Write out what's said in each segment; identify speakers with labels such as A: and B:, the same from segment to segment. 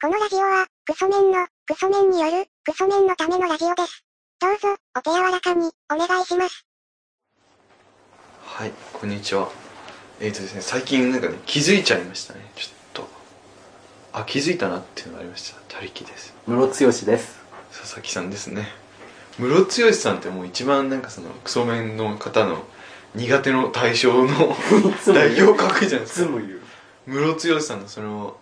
A: このラジオは、クソメンの、クソメンによる、クソメンのためのラジオです。どうぞ、お手柔らかに、お願いします。
B: はい、こんにちは。えっ、とですね、最近なんかね、気づいちゃいましたね、ちょっと。あ、気づいたなっていうのがありました。他力です。
C: ムロツヨシです。
B: 佐々木さんですね。室強さんってもう一番なんかその、クソメンの方の苦手の対象の代表格じゃないですか。
C: 言う。
B: 室強さんのその、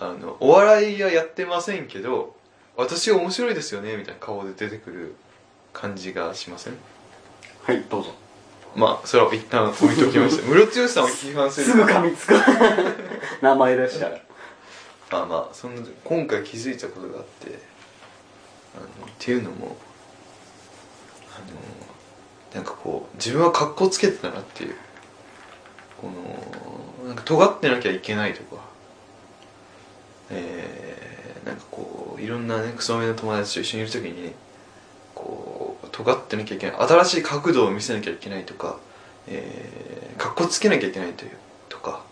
B: あの、お笑いはやってませんけど、私面白いですよね、みたいな顔で出てくる感じがしません
C: はい、どうぞ。
B: まあ、それは一旦置いときま して、室強さんを批判する
C: すぐ噛みつく。 名前出したら。
B: まあまあその今回気づいたことがあってあのっていうのもあのなんかこう自分は格好つけてたなっていうこのなんか尖ってなきゃいけないとかえー、なんかこういろんなねクソめの友達と一緒にいる時にこう尖ってなきゃいけない新しい角度を見せなきゃいけないとかえー、格好つけなきゃいけないというとか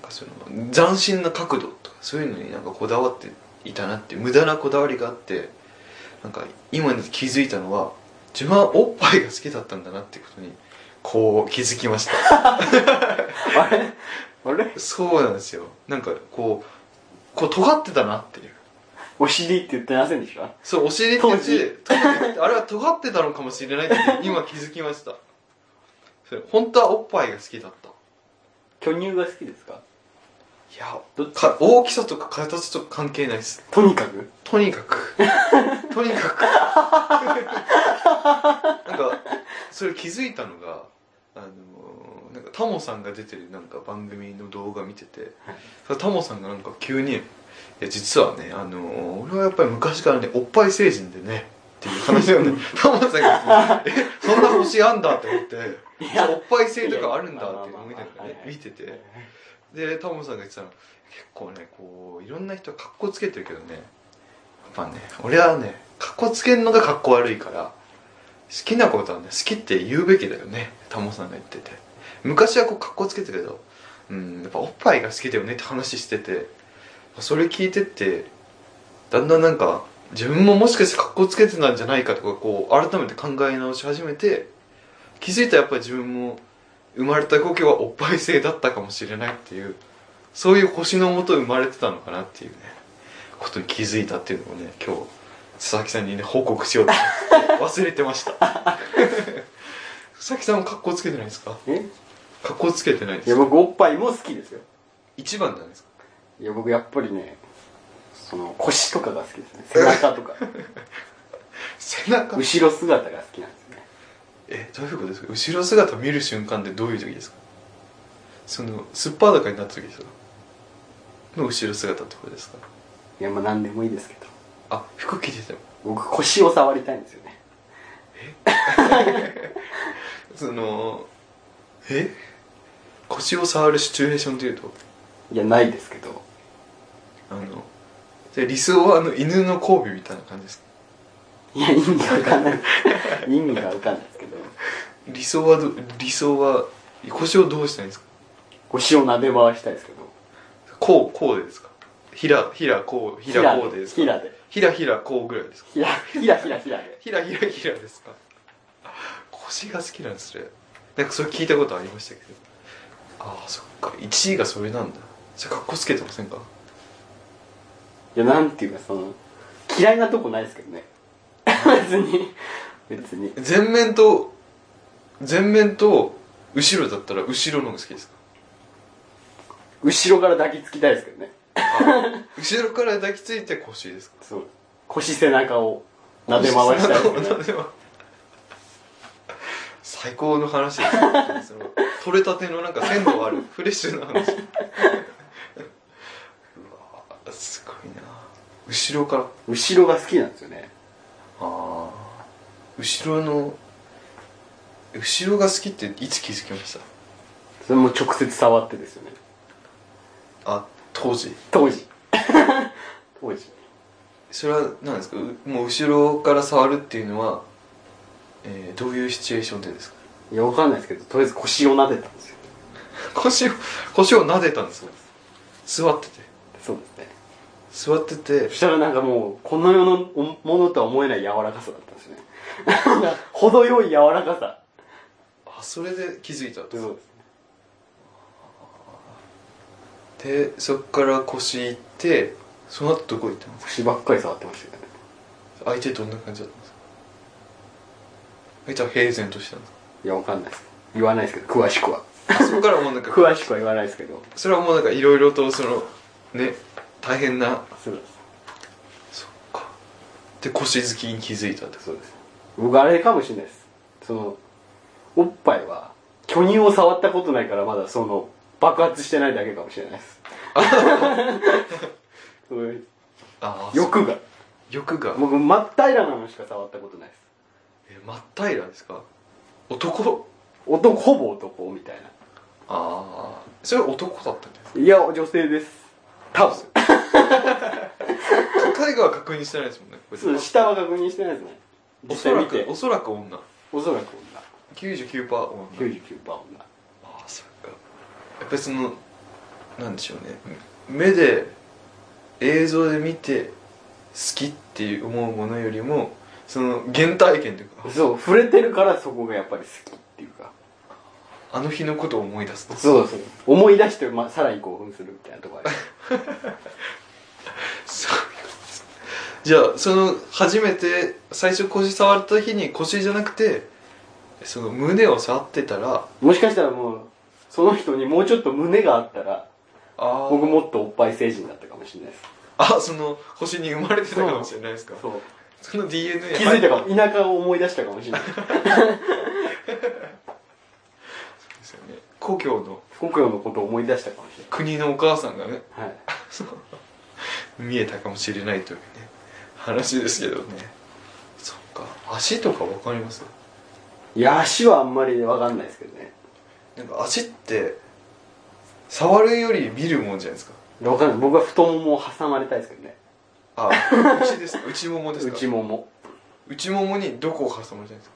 B: なんかその斬新な角度とかそういうのになんかこだわっていたなっていう無駄なこだわりがあってなんか今に気づいたのは自分はおっぱいが好きだったんだなっていうことにこう気づきました
C: あれあれ
B: そうなんですよなんかこうこう尖ってたなっていう
C: お尻って言ってませんでした
B: そうお尻って言って
C: 当時
B: 当時あれは尖ってたのかもしれないって今気づきましたそれ本当はおっぱいが好きだった
C: 巨乳が好きですか
B: いや
C: どっち
B: か大きさとか形とか関係ないです
C: とにかく。
B: とにか くとにかくなんかそれ気づいたのがあのーなんかタモさんが出てるなんか番組の動画見ててそれタモさんがなんか急に「いや実はねあのー俺はやっぱり昔からねおっぱい成人でね」っていう話 をねタモさんが言って「えそんな星あんだ」って思って「
C: い
B: そうおっぱい性とかあるんだ」って思いながらね見てて。
C: は
B: でタモさんが言ってたの結構ねこういろんな人格好つけてるけどねやっぱね俺はね格好つけるのが格好悪いから好きなことはね好きって言うべきだよねタモさんが言ってて昔はこう格好つけてたけどうんやっぱおっぱいが好きだよねって話しててそれ聞いてってだんだんなんか自分ももしかして格好つけてたんじゃないかとかこう改めて考え直し始めて気づいたらやっぱり自分も生まれた故郷はおっぱい性だったかもしれないっていうそういう星のもと生まれてたのかなっていうねことに気づいたっていうのをね今日佐々木さんにね報告しようと思って忘れてました 佐々木さんも格好つけてないですか
C: いえ
B: 格好つけてないで
C: い
B: す
C: や、
B: か
C: 僕おっぱいも好きですよ。
B: 一番じゃないですか
C: いや、僕やっぱりね、その腰とかが好きです ね。背中とか。
B: 背中
C: 後ろ姿が好きなんですね。
B: えどういうことですか後ろ姿見る瞬間ってどういう時ですかそのすっぱだかになった時ですかの後ろ姿ってことですか
C: いや、まあ何でもいいですけど。
B: あ服着てても
C: 僕腰を触りたいんですよね。
B: そのえ腰を触るシチュエーションというと
C: いや、ないですけど。
B: あのじゃあ理想はあの犬の交尾みたいな感じですか
C: いや、意味がわかんない。意味がわかんないですけど。
B: 理想はど理想は腰をどうしたいんですか
C: 腰を撫で回したいですけど。
B: こうこうですかひらひらこうひらこうですか
C: ひらで。
B: ひらひらこうぐらいですか
C: ひら、ひらひらひらで。
B: ひらひらひらですか腰が好きなんですねなんかそれ聞いたことありましたけどああそっか1位がそれなんだじゃあ格好つけてませんか
C: いや、なんていうか、その、嫌いなとこないですけどね。 別に。別に。
B: 前面と前面と後ろだったら後ろの方が好きですか
C: 後ろから抱きつきたいですけどね。
B: あ後ろから抱きついて腰ですか
C: そう。腰背中を撫で回したいですけど、
B: 撫
C: ね。
B: で回 最高の話ですねその取れたてのなんか鮮度 あるフレッシュな話うわすごいな後ろから
C: 後ろが好きなんですよね。
B: ああ後ろの後ろが好きっていつ気づきました
C: それも直接触ってですよね。
B: あ当時
C: 当時。 当時。
B: それは何ですかうもう後ろから触るっていうのは、えーどういうシチュエーションでですか
C: いや、わかんないですけど、とりあえず腰を撫でたんですよ。
B: 腰を腰を撫でたんですか座ってて
C: そうです
B: 座
C: ね。
B: ってて
C: そしたらなんかもうこの世のものとは思えない柔らかさだったんですね なんか程よい柔らかさ
B: あそれで気づいたと
C: そうですね
B: でそっから腰行ってその後どこ行ったの
C: 腰ばっかり触ってましたよね
B: 相手どんな感じだったんですか相手は平然としてたんです か
C: いやわかんないです言わないですけど詳しくは
B: あそこからもうなんか
C: 詳しくは言わないですけど
B: それはもうなんかいろいろとそのね大変な
C: そうです
B: そっかで腰好きに気づいたって
C: そうです僕あれかもしれないですそのおっぱいは巨乳を触ったことないからまだその爆発してないだけかもしれないです そういう
B: ああ
C: 欲が
B: 欲が
C: 僕真っ平らなのしか触ったことないです
B: え真っ平らですか男
C: 男ほぼ男みたい
B: ああそれは男だったんじゃない
C: ないや女性です多分
B: ですか彼がは確認してないですもんねこれ
C: そう下は確認してないですね
B: お
C: 実
B: そ
C: 際
B: ら
C: 見
B: く
C: て
B: おそらく女
C: おそらく
B: 99%女
C: 女99%女
B: ああそっかやっぱりそのなんでしょうね目で映像で見て好きって思うものよりもその原体験というか
C: そう触れてるからそこがやっぱり好きっていうか
B: あの日のことを思い出すと
C: そうそう思い出して、ま、さらに興奮するみたいなとこあります
B: そういうことです じゃあその初めて最初腰触った日に腰じゃなくてその胸を触ってたら
C: もしかしたらもうその人にもうちょっと胸があったら
B: あ
C: 僕もっとおっぱい成人だったかもしれないです
B: あその腰に生まれてたかもしれないですか
C: そう
B: その DNA
C: 気づいたかも田舎を思い出したかもしれない
B: ですよね故郷の
C: 故郷のことを思い出したかもしれ
B: 国のお母さんがね
C: ない、はい、
B: 見えたかもしれないというね話ですけどねそっか足とかわかります
C: いや足はあんまりわかんないですけどね
B: なんか足って触るより見るもんじゃないですか
C: わかんない僕は太ももを挟まれたいですけどね
B: あ内です内ももですか
C: 内もも
B: 内ももにどこを挟まれてるんですか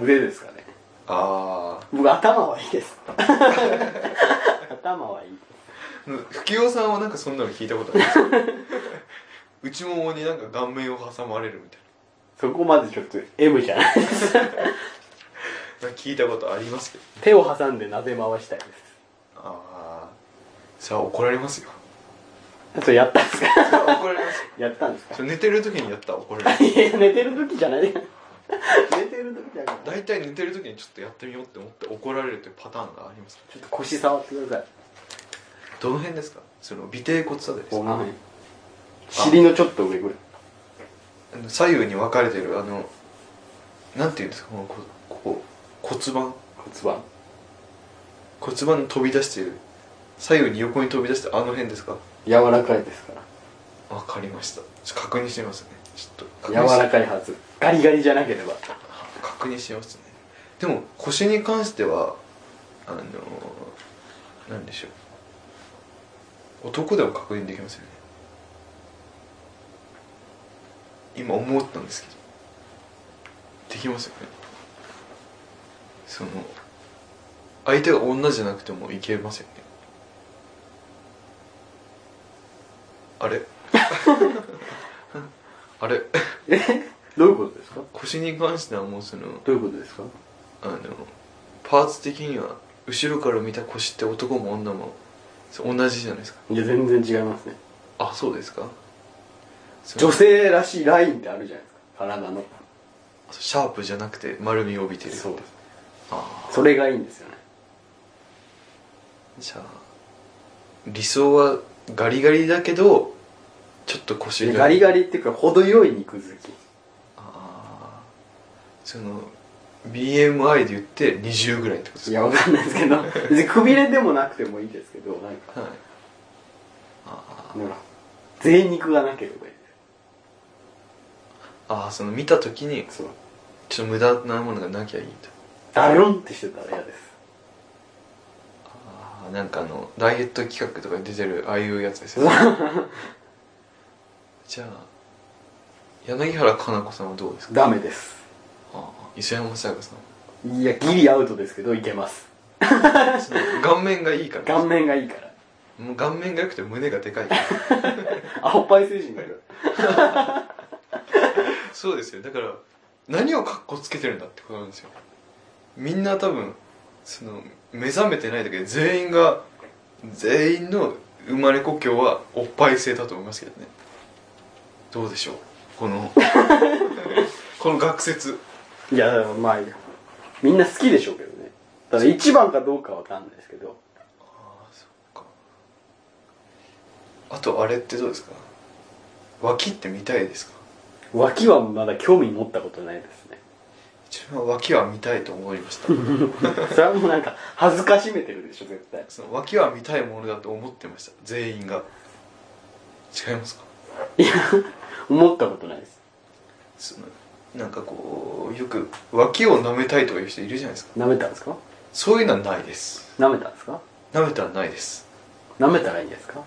C: 腕ですかね
B: あ
C: 僕頭はいいです 頭はいいです
B: あ吹雄さんはなんかそんなの聞いたことありますよ 内ももになんか顔面を挟まれるみたい
C: そこまでちょっと M じゃないです
B: ななんか聞いたことありますけど
C: 手を挟んで撫で回したいです
B: ああさあ怒られますよ
C: それやったんですか
B: 怒られますよ
C: やったんですか
B: それ寝てる時にやったら怒られます
C: いや寝てる時じゃない寝てる時じゃない
B: 大体寝てる時にちょっとやってみようって思って怒られるというパターンがあります
C: ちょっと腰触ってください
B: どの辺ですかその尾てい骨あたりですか
C: はい尻のちょっと上ぐらい
B: あの左右に分かれてるあのなんていうんですかこのこここ骨盤
C: 骨盤
B: 骨盤の飛び出してる左右に横に飛び出してあの辺ですか
C: 柔らかいですから
B: わかりましたちょっと確認してみますねちょっと
C: 柔
B: 確認し
C: らかいはずガリガリじゃなければ
B: 確認してますねでも腰に関してはあのなんでしょう男でも確認できますよね今思ったんですけどできますよねその相手が女じゃなくてもいけますよねあれ あれ
C: えどういうことですか
B: 腰に関してはもうその
C: どういうことですか
B: あのパーツ的には後ろから見た腰って男も女もそう同じじゃないですか
C: いや全然違いますね
B: あそうですかその
C: 女性らしいラインってあるじゃないですか体の
B: シャープじゃなくて丸みを帯びてる
C: そう
B: あ
C: それがいいんですよね
B: ーじゃあ理想はガリガリだけどちょっと腰
C: ガリ
B: ガリ
C: ガリっていうか程よい肉付き
B: あーその BMI で言って20ぐらいってことです
C: い
B: か
C: やわかんないですけど別にくびれでもなくてもいいですけどなんか
B: はいあー
C: ほら贅肉がなければいいで
B: あーその見た時に
C: すそう
B: ちょっと無駄なものがなきゃいいと
C: ダロンってしてたら嫌です
B: あーなんかあのダイエット企画とかに出てるああいうやつです
C: そう
B: よじゃあ柳原加奈子さんはどうですか
C: ダメです
B: ああ磯山さやかさん
C: いやギリアウトですけどいけます
B: その顔面がいいから
C: 顔面がいいから
B: もう顔面が良くて胸がでかいから
C: あおっぱい成人がいる
B: そうですよだから何を格好つけてるんだってことなんですよみんな多分その目覚めてないだけで全員が全員の生まれ故郷はおっぱい性だと思いますけどねどうでしょうこのこの学説
C: いやでもまあみんな好きでしょうけどねただ一番かどうかわかんないですけど
B: ああそっかあとあれってどうですか脇って見たいですか
C: 脇はまだ興味持ったことないですね
B: 自分は脇は見たいと思いました
C: それはもうなんか恥ずかしめてるでしょ絶対
B: その脇は見たいものだと思ってました全員が違いますか
C: いや思ったことないです
B: そのなんかこうよく脇を舐めたいとかいう人いるじゃないですか
C: 舐めたんですか
B: そういうのはないです
C: 舐めたんですか
B: 舐めたらないです
C: 舐めたらいいんですか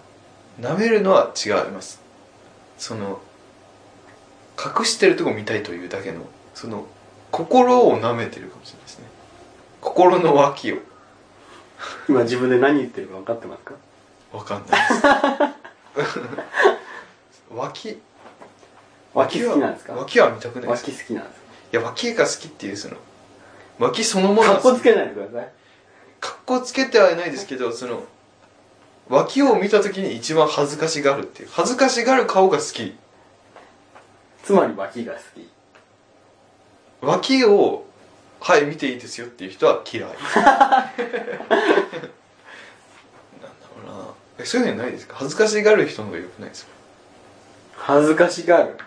B: 舐めるのは違いますその隠してるとこ見たいというだけのその心を舐めてるかもしれないですね心の脇を
C: 今自分で何言ってるか分かってますか
B: わかんないです 脇
C: 脇好きなんですか
B: 脇は見たくないです
C: 脇好きなんです
B: いや、脇が好きっていう、その、脇そのもの
C: か
B: は
C: かっこつけないでください
B: 格好つけてはいないですけど、その、脇を見た時に一番恥ずかしがるっていう。恥ずかしがる顔が好き。
C: つまり脇が好き
B: 脇を、はい、見ていいですよっていう人は嫌 い。なんだろうなえそういうのないですか恥ずかしがる人の方が良くないですか
C: 恥ずかしがる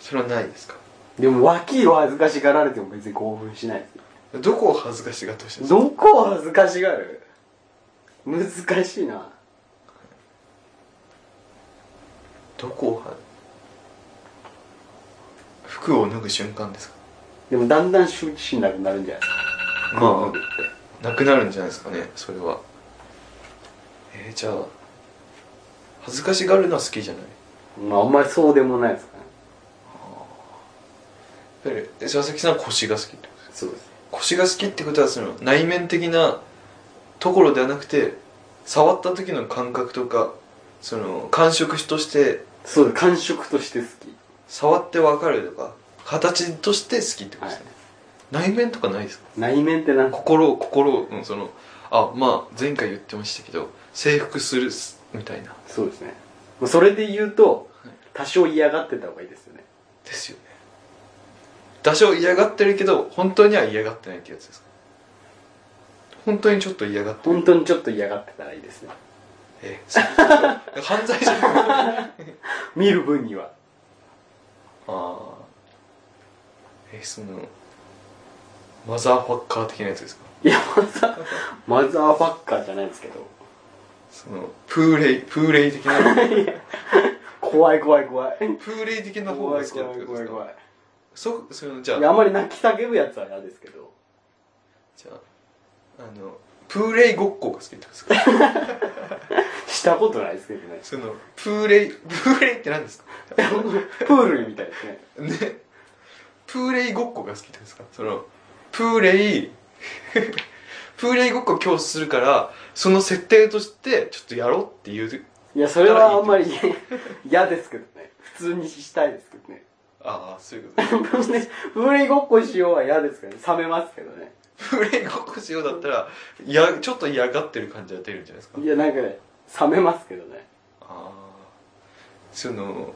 B: それはないですか
C: でも脇を恥ずかしがられても別に興奮しないです
B: どこを恥ずかしがってほしいんですか
C: どこを恥ずかしがる難しいな
B: どこをは服を脱ぐ瞬間ですか
C: でもだんだん羞恥心なくなるんじゃないですか
B: まあ
C: って
B: なくなるんじゃないですかねそれはえー、じゃあ恥ずかしがるのは好きじゃない
C: まああんまりそうでもないですかね
B: やっぱり佐々木さんは腰が好きってことですか
C: そうです
B: 腰が好きってことはその内面的なところではなくて触った時の感覚とかその感触として
C: そうです感触として好
B: 触ってわかるとか形として好きって
C: き
B: こと
C: は
B: で
C: い
B: すね、内面とかないですか
C: 内面ってなんか
B: 心を心を、うん、そのあまあ前回言ってましたけど征服するすみたいな
C: そうですねもうそれで言うと
B: はい
C: 多少嫌がってた方がいいですよね
B: ですよね多少嫌がってるけど本当には嫌がってないってやつですか本当にちょっと嫌がってる
C: 本当にちょっと嫌がってたらいいですね
B: えそうそう犯罪者あ
C: 見る分には
B: あえそのマザーファッカー的なやつですか
C: いやマザ ーマザーファッカーじゃないですけど
B: そのプーレイプーレイ的な
C: 怖い怖い怖い
B: プーレイ的な方が
C: 怖い
B: 好きだっ
C: 怖
B: て
C: い
B: ことです
C: 怖い
B: か
C: 怖い
B: そそのじゃあ
C: いやあんまり泣き叫ぶやつは嫌ですけど
B: じゃああのプーレイごっこが好きってことですか
C: したことないですけどね
B: そのプーレイプーレイって何ですか
C: プールみたいですね
B: ね、プーレイごっこが好きってことですかその、プーレイ、 プーレイごっこ今日するから、その設定として、ちょっとやろうっていう、
C: いやそれはあんま り嫌ですけどね普通にしたいですけどね
B: ああ、そういうことね
C: プールごっこしようは嫌ですけどね冷めますけどね
B: プーレイごっこしようだったら、や、ちょっと嫌がってる感じが出るんじゃないですか
C: いやなんかね冷めますけどね
B: ああ、その、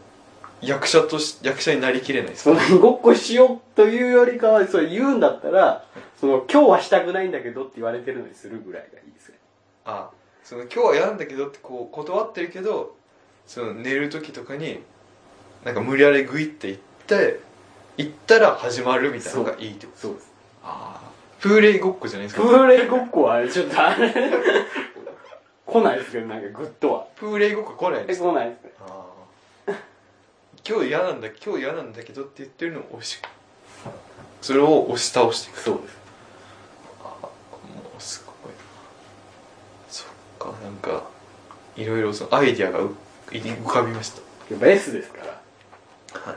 B: 役者とし、役者になりきれないです
C: そ
B: か
C: のごっこしようというよりかはそれ言うんだったらその今日はしたくないんだけどって言われてるのにするぐらいがいいですね
B: あその今日は嫌なんだけどってこう断ってるけどその寝る時とかになんか無理やりグイって行って行ったら始まるみたいなのがいいってこと
C: そうです
B: ああプーレイごっこじゃないです
C: プ
B: か
C: ールごっこはちょっとあれ 来ないですけどなんかグッとは
B: プーレイごっこ来ないん
C: え
B: ですか
C: 来ないですね
B: ああ今日嫌なんだ今日嫌なんだけどって言ってるのを押しそれを押し倒していく
C: そうです
B: もうすごいなそっかなんかいろいろそのアイディアがう浮かびました
C: やっぱ S ですから
B: はい。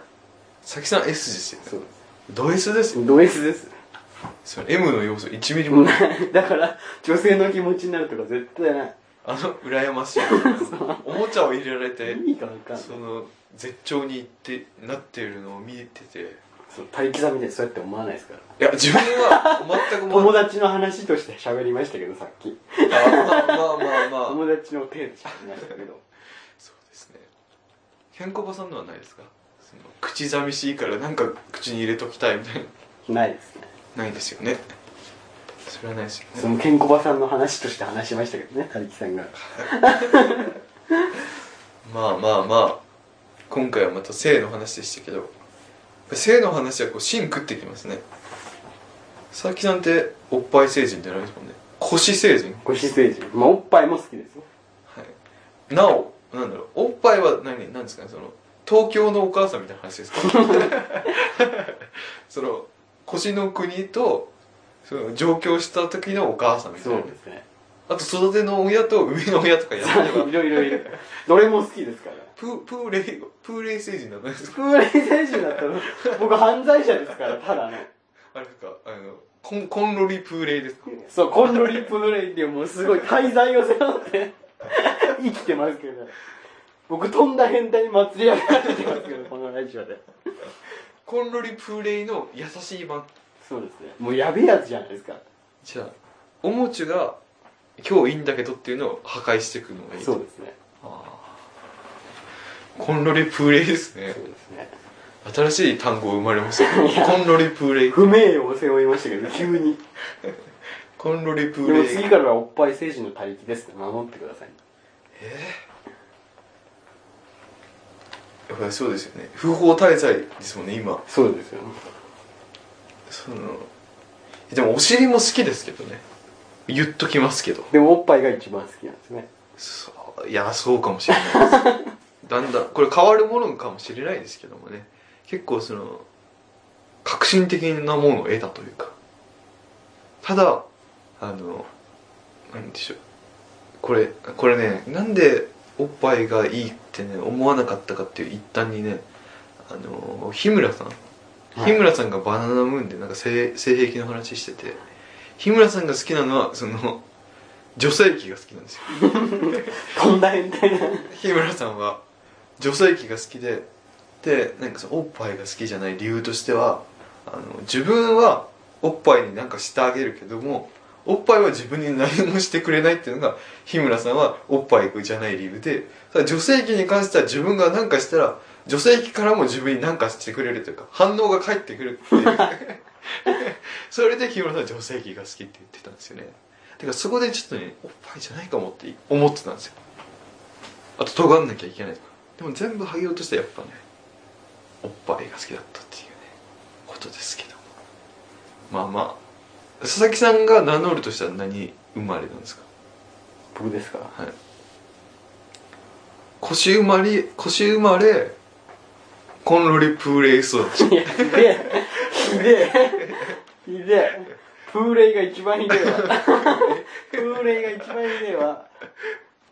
B: さきさん S ですよ、
C: そう
B: ね。ド S ですよ。
C: ド S です
B: それ M の要素1ミリもない
C: ないだから女性の気持ちになるとか絶対ない
B: あの羨ましいおもちゃを入れられて
C: 意味が分かんない
B: その絶頂にいってなってるのを見てて
C: そう大気さみでそうやって思わないですから
B: いや自分は全く思
C: 友
B: わない
C: 達の話として喋りましたけどさっき
B: あまあまあまあまあ
C: 友達の程度喋りましたけど
B: そうですねケンコバさんのはないですかその口寂しいからなんか口に入れときたいみたい
C: ないですね
B: なないですよねそれはないですよね
C: そのケンコバさんの話として話しましたけどね大気さんが
B: まあまあまあ今回はまた性の話でしたけど性の話はこう芯食ってきますね佐々木さんっておっぱい成人じゃないですもんね腰成人
C: ご私生児まあおっぱいも好きですよ
B: はいなおなんだろうおっぱいは何何ですかねその東京のお母さんみたいな話です かその腰の国とその上京した時のお母さんみたい
C: そ
B: な
C: うですね
B: あと育ての親と上の親とかやってれば
C: いろいろいるどれも好きですから
B: プープーレイプーレイ成人なんないですか
C: プーレイ選手だったら僕犯罪者ですからただの
B: あれですかあのコンコンロリプーレイですか
C: そうコンロリプーレイっていうもうすごい大罪を背負って生きてますけど僕飛んだ変態に祭り上げられてますけどこのラジオで
B: コンロリプーレイの優しい版
C: そうですねもうやべえやつじゃないですか
B: じゃあおもちゅが今日いいんだけどっていうのを破壊していくのがいい
C: そうですね
B: あーコンロリプーレイですね
C: そうですね
B: 新しい単語生まれましたね
C: いや
B: コンロリプーレイ
C: 不名誉を背負いましたけど急に
B: コンロリプー
C: でも
B: レイ
C: 次からはおっぱい成人の他力ですって守ってください
B: やっぱりそうですよね不法滞在ですもんね今
C: そうですよ
B: そのでもお尻も好きですけどね言っときますけど
C: でもおっぱいが一番好きなんですね
B: そういやそうかもしれないです だんだんこれ変わるものかもしれないですけどもね結構その革新的なものを得たというかただあのなんでしょうこれこれねなんでおっぱいがいいってね思わなかったかっていう一端にねあの日村さん、
C: はい
B: 日村さんがバナナムーンでなんか性性癖の話してて日村さんが好きなのはその女性器が好きなんですよ
C: 飛んだ変態な
B: 日村さんは女性器が好きででなんかそのおっぱいが好きじゃない理由としてはあの自分はおっぱいになんかしてあげるけどもおっぱいは自分に何もしてくれないっていうのが日村さんはおっぱいじゃない理由でただ女性器に関しては自分が何かしたら女性器からも自分に何かしてくれるというか反応が返ってくるっていうそれで日村さんは女性器が好きって言ってたんですよねてかそこでちょっとねおっぱいじゃないかもって思ってたんですよあと尖んなきゃいけないとかでも全部萩尾としてはやっぱねおっぱいが好きだったっていうねことですけどもまあまあ佐々木さんが名乗るとしたら何生まれなんですか
C: 僕ですか
B: はい腰生まれ腰生まれコンロリプーレイ育ち
C: いや、ひでえ。ひでえ。ひでえ。プーレイが一番ひでえわ。プーレイが一番ひでえわ。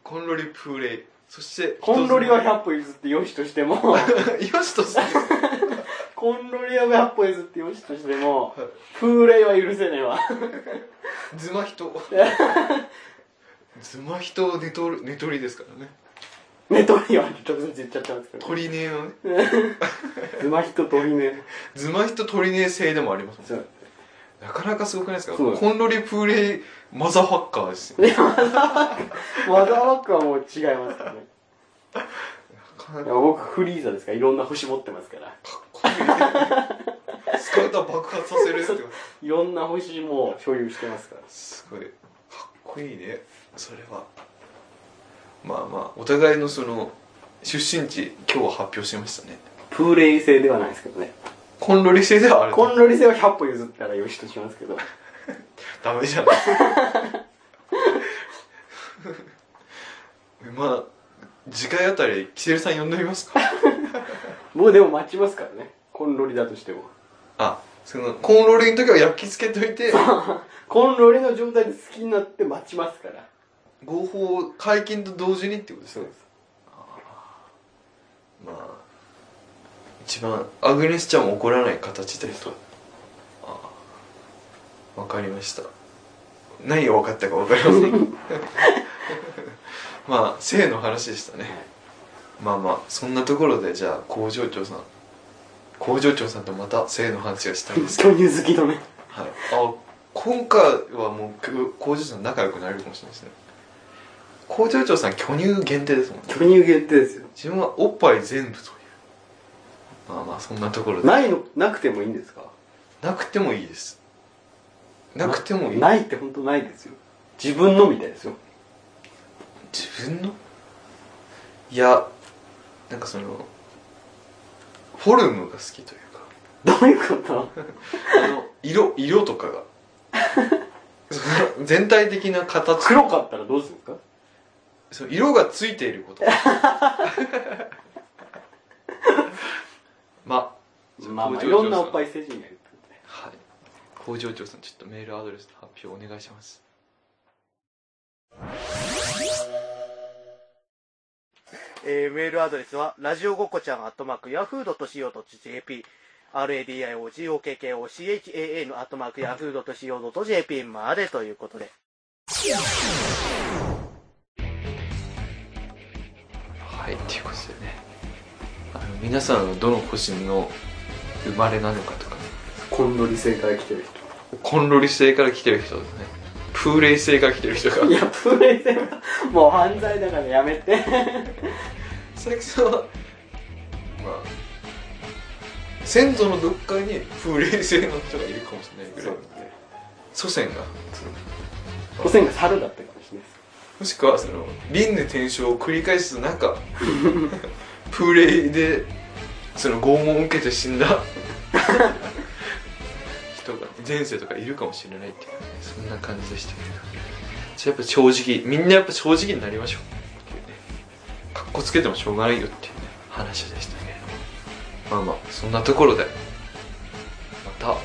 B: コンロリプーレイそして
C: コンロリは
B: 100
C: 100歩譲ってよしとしても、
B: よしとして
C: コンロリは100歩譲ってよしとしても、プーレイは許せねえわ。
B: ズマ 人ズマ人を寝取る寝取りですからね
C: ね、トリは直接言っちゃったんですけ ど。
B: 鳥寝をね
C: ズマヒトトリね。
B: ズマヒとトリネー製でもありますもん
C: そう。
B: なかなかすごくないですか
C: そうだ
B: コンロリプーレイマザーファッカーですよ
C: で、マザーワーク、マザーワークはもう違いますからね。
B: なかないか
C: や
B: かっ
C: 僕フリーザですから、いろんな星持ってますから。
B: こいいねスカウター爆発させるってこと
C: いろんな星も所有してますから。
B: すごいかっこいいねそれはまあまあお互いのその出身地今日は発表しましたね
C: プーレイ制ではないですけどね。
B: コンロリ製ではある
C: コンロリ性は100歩譲ったらよしとしますけど。
B: ダメじ ゃない まあ次回あたりキセルさん呼んでみますか
C: 僕でも待ちますからね。コンロリだとしても。
B: あそのコンロリの時は焼き付けといて
C: コンロリの状態で好きになって待ちますから。
B: 合法解禁と同時にってことですね
C: す。
B: まあ一番アグネスちゃんも怒らない形でとああわかりました何が分かったか分かりませんけどまあ性の話でしたねまあまあそんなところでじゃあ工場長さん工場長さんとまた性の話がしたいんですけど、
C: 巨乳好きのね
B: はい、あ今回はもう工場長さん仲良くなれるかもしれないですね工場長さん巨乳限定ですもんね
C: 巨乳限定ですよ
B: 自分はおっぱい全部というまあまあそんなところで
C: ないのなくてもいいんですか
B: なくてもいいですなくてもいい
C: ないって本当ないですよ自分のみたいですよ
B: 自分のいやなんかそのフォルムが好きと いうか
C: どういうこと
B: あの色色とかがその全体的な形
C: 黒かったらどうするんですか
B: その色がついていること まあ
C: まあまあ
B: 工
C: い
B: 場長
C: ろ
B: さ
C: んなおっぱい成人がいるってことね
B: はい工場長さんちょっとメールアドレスの発表お願いします
D: えーメールアドレスは、ラジオごこちゃん、アットマーク、ヤフー .co.jp、radiogokkocha のアットマーク、ヤフー .co.jp までということで。
B: はいっていうことでねあの皆さんはどの星の生まれなのかとかね
C: コンドリ星から来てる
B: コンロリ星から来てる人ですねプーレイ星から来てる人が
C: いやプレゼンはもう犯罪だからやめて
B: 佐々木さんはまあ先祖のどっかにプーレイ星の人がいるかもしれないぐらいの
C: ね
B: 祖先が
C: 汚染が猿だったかもしれないです
B: もしくはその輪廻転生を繰り返す中 プーレイでその拷問を受けて死んだ 人が前世とかいるかもしれないっていうねそんな感じでしたけどじゃあやっぱ正直みんなやっぱ正直になりましょうっていうねかっこつけてもしょうがないよっていうね話でしたけれどもまあまあそんなところでまた